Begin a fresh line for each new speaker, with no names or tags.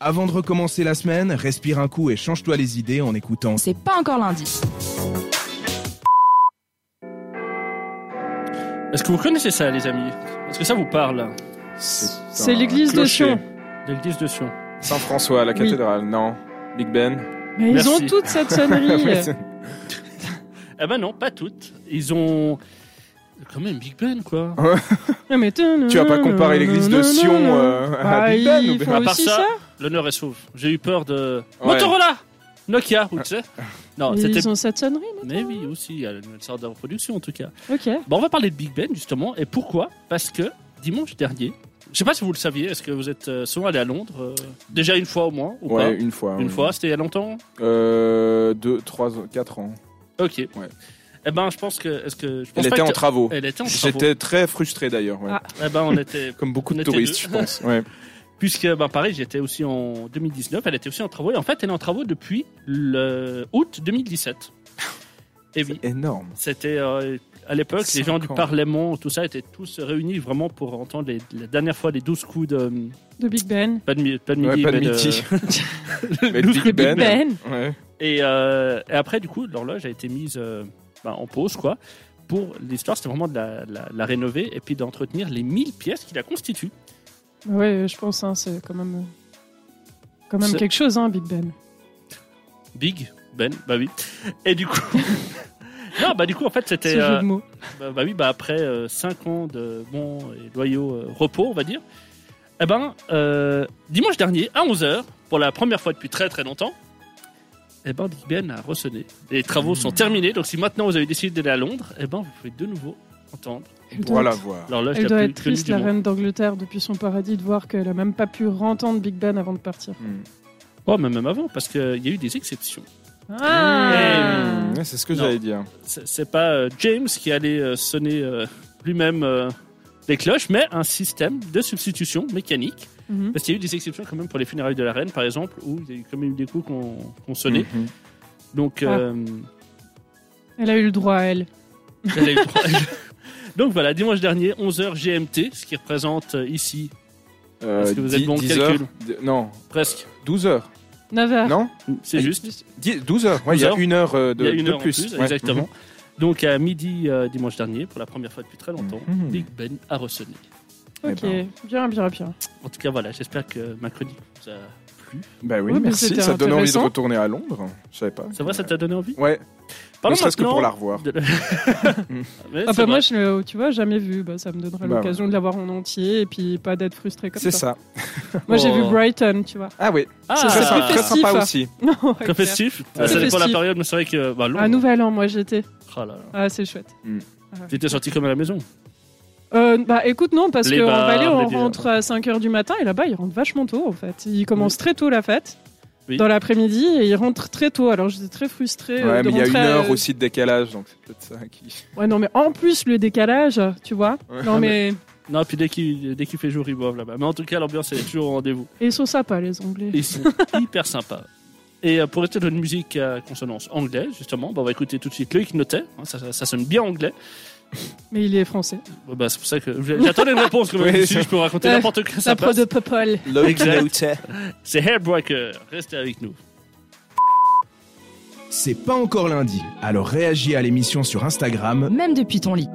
Avant de recommencer la semaine, respire un coup et change-toi les idées en écoutant.
C'est pas encore lundi.
Est-ce que vous connaissez ça, les amis Est-ce que ça vous parle
C'est l'église de Sion.
de l'église de Sion
Saint-François, la
Oui.
cathédrale, non. Big Ben.
Mais ils
Merci.
ont toute cette sonnerie.
Ah bah non, pas toutes. Ils ont quand même Big Ben, quoi.
Non, mais
tu vas
Euh,
pas comparer l'église de Sion euh, à
Ah,
Big Ben ou
ils
bien-
font
À part
aussi
ça,
ça,
L'honneur est sauve. J'ai eu peur de
Ouais. Ah.
Motorola, Nokia, ou tu sais. Non, oh, c'était.
Ils ont cette sonnerie.
Mais oui, aussi, à la nouvelle sorte de reproduction en tout cas.
Ok.
Bon, on va parler de Big Ben justement. Et pourquoi Parce que dimanche dernier, je sais pas si vous le saviez, est-ce que vous êtes euh, souvent allé à Londres euh, Déjà une fois au moins ou
Ouais,
pas
une fois.
Une
oui.
fois, c'était il y a longtemps
Euh, deux, trois, quatre ans.
Ok. Eh ben, je pense que. Est-ce que je pense
Elle
pas
était
que-
en travaux.
Elle était en travaux.
J'étais très frustré d'ailleurs. ouais.
Ah.
Eh ben, on était.
Comme beaucoup
On
de
était
touristes,
deux.
je pense. Ouais.
Puisque, ben, pareil, j'étais aussi en 2019, elle était aussi en travaux. Et en fait, elle est en travaux depuis le août 2017. Et oui,
Énorme.
c'était euh, à l'époque, les
Cinq
gens du
ans.
Parlement, tout ça, étaient tous réunis vraiment pour entendre les, la dernière fois les 12 coups de. euh,
De Big Ben.
Pas de, mi- pas de midi,
Ouais, pas de
mais
midi. Mais
Nous,
Big
De Big
Ben.
Ben.
Ouais.
Et, euh, et après, du coup, l'horloge a été mise euh, ben, en pause, quoi. Pour l'histoire, c'était vraiment de la, la- la rénover et puis d'entretenir les 1000 pièces qui la constituent.
Ouais, je pense, hein, c'est quand même. euh, Quand même
C'est-
quelque chose, hein, Big Ben.
Big Ben, bah oui. Et du coup. non, bah du coup, en fait,
Ce
c'était.
jeu
euh,
de mots.
bah, bah oui, bah après 5 ans de bons et loyaux euh, repos, on va dire. Eh ben, euh, dimanche dernier, à 11h, pour la première fois depuis très très longtemps, eh ben, Big Ben a ressonné. Les travaux sont terminés, donc si maintenant vous avez décidé d'aller à Londres, eh ben, vous pouvez de nouveau entendre
Elle doit,
Voilà,
être,
voir.
l'horloge
elle
la
doit
plus
être
connue
triste,
du
la
monde.
reine d'Angleterre, depuis son paradis, de voir qu'elle a même pas pu entendre Big Ben avant de partir.
Hmm.
Oh, mais même avant, parce qu'il y a eu des exceptions. Eh
Ah
Hmm. Ouais, C'est ce que
Non.
j'allais dire.
C'est c'est pas euh, James qui allait euh, sonner euh, lui-même euh, les cloches, mais un système de substitution mécanique
Mhm.
Parce qu'il y a eu des exceptions quand même pour les funérailles de la reine, par exemple, où il y a eu quand même des coups qu'on qu'on sonnait.
Mhm.
Donc,
Ah.
euh,
Elle a eu le droit à elle.
elle a eu trois- Donc voilà, dimanche dernier, 11h GMT, ce qui représente euh, ici
Euh,
Est-ce que vous êtes
dix-
bon au
dix
calcul
heures. D- Non,
presque,
12 heures.
9 heures.
Non
c'est
Ah,
juste,
10 12 heures. Ouais, il y a
12 heures.
une heure euh,
il
de,
y a une
de
heure en
plus.
plus,
Ouais.
exactement. Donc à midi euh, dimanche dernier, pour la première fois depuis très longtemps,
Mhm.
Big Ben a ressonné.
Eh
Ok,
ben.
bien, bien, bien.
En tout cas, voilà, j'espère que ma chronique vous a plu.
Bah oui,
Ouais, mais
merci.
c'était
Ça donne envie de
intéressant.
retourner à Londres. Je savais pas.
Ça va, ça t'a donné envie
Ouais, ne
Parlons
serait-ce que
maintenant
pour la Mm. revoir.
de- Ouais,
Ah
c'est
bah moi,
vrai.
je, le- tu vois, jamais vu. Bah, ça me donnera
Bah
l'occasion de l'avoir en entier et puis pas d'être frustré comme ça.
C'est ça.
Moi, j'ai
Oh.
vu Brighton, tu vois.
Ah oui,
Ah,
Ça,
très,
c'est
sympa-
très
très
festif, hein.
sympa
ça.
aussi.
Non,
Très festif Ah, Ça
Très
dépend de la
festif.
période, mais c'est vrai que... Bah, Londres.
À Nouvel An, moi, j'étais.
Oh là là.
Ah, c'est chouette.
T'étais sorti comme à la maison.
Euh, bah écoute, non, parce
Les
qu'en
bars,
Valais,
les
on
bières.
rentre à 5h du matin et là-bas, ils rentrent vachement tôt en fait. Ils commencent très tôt la fête,
Oui.
dans l'après-midi, et ils rentrent très tôt. Alors j'étais très frustrée. euh,
Ouais,
de
mais il y a
rentrer
une
à-
heure aussi de décalage, donc c'est peut-être ça qui.
Ouais, non, mais en plus, le décalage, tu vois.
Ouais.
Non, mais.
Non, puis dès qu'il dès qu'il fait jour, ils boivent là-bas. Mais en tout cas, l'ambiance est toujours au rendez-vous.
Et ils sont sympas, les Anglais.
Ils sont hyper sympas. Et euh, pour rester dans une musique à consonance anglaise, justement, bah, on va écouter tout de suite Loïc Notet. Hein, Ça, ça- ça sonne bien anglais.
Mais il est français.
Bah, bah, c'est pour ça que j'attendais une réponse. Comme
Oui,
si je peux raconter
Euh,
n'importe quoi. Ça
La pro
passe.
de Popol.
Exact. C'est Hairbreaker. Restez avec nous.
C'est pas encore lundi, alors réagis à l'émission sur Instagram
Même depuis ton lit.